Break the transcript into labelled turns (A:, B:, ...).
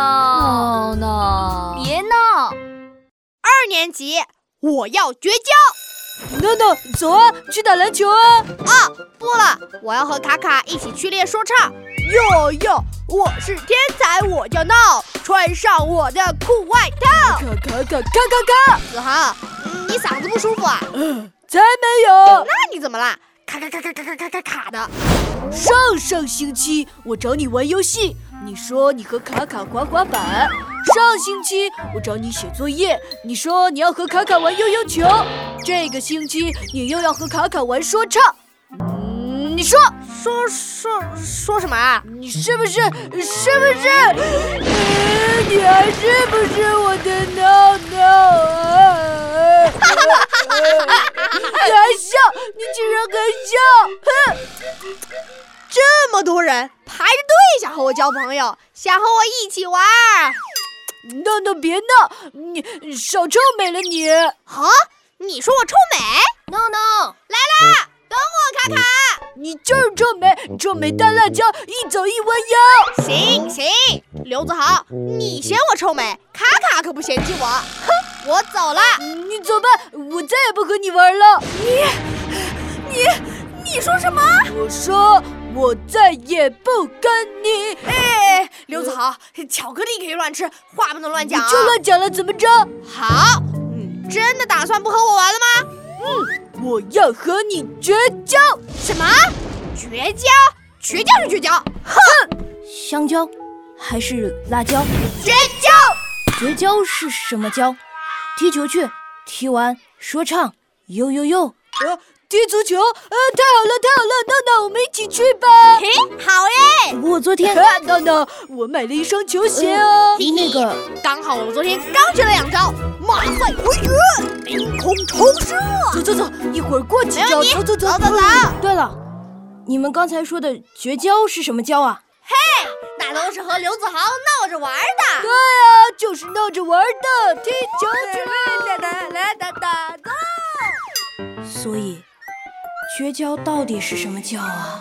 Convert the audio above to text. A: 闹闹，
B: 别闹！二年级，我要绝交！
A: 闹闹，走啊，去打篮球啊！
B: 不了，我要和卡卡一起去练说唱。哟哟，我是天才，我叫闹，穿上我的酷外套。
A: 卡卡卡卡卡卡，
B: 子豪，你嗓子不舒服啊？
A: 才没有！
B: 那你怎么啦？卡卡卡卡卡卡卡卡的。
A: 上上星期我找你玩游戏，你说你和卡卡滑滑板；上星期我找你写作业，你说你要和卡卡玩悠悠球；这个星期你又要和卡卡玩说唱。嗯，你说
B: 说说说什么啊？
A: 你是不是是不是？呃你还是不是我的闹闹啊？你还笑？你居然还笑！
B: 这么多人排着队想和我交朋友，想和我一起玩儿。
A: 闹闹别闹，你少臭美了你！
B: 啊，你说我臭美？No No，来啦，等我卡卡。
A: 你就是臭美，臭美大辣椒，一走一弯腰。
B: 行行，刘子豪，你嫌我臭美，卡卡可不嫌弃我。 哼，我走了。
A: 你走吧，我再也不和你玩了。
B: 你说什么？
A: 我说，我再也不跟你。
B: 哎，刘子豪，巧克力可以乱吃，话不能乱
A: 你
B: 讲啊。
A: 就乱讲了，怎么着？
B: 好，你真的打算不和我玩了吗？
A: 嗯我要和你绝交！
B: 什么？绝交？绝交是绝交，
C: 香蕉还是辣椒？
B: 绝交。
C: 绝交是什么交？踢球去，踢完说唱，呦呦呦！
A: 呃，踢足球，呃，太好了，太好了，闹闹，我们一起去吧。
B: 嘿，好耶！
C: 不过昨天呃
A: 啊， 闹闹，我买了一双球鞋哦。
B: 嘿嘿
C: 那个
B: 刚好我昨天刚学了两招，马赛回旋、凌空抽射。
A: 走走走，一会儿过几
B: 没
A: 招。
B: 问题
A: 走走走
B: 走走走。
C: 对了，你们刚才说的绝交是什么交啊？
B: 那都是和刘子豪闹着玩的。
A: 啊，就是闹着玩的，踢球去了。
C: 所以，绝交到底是什么交啊？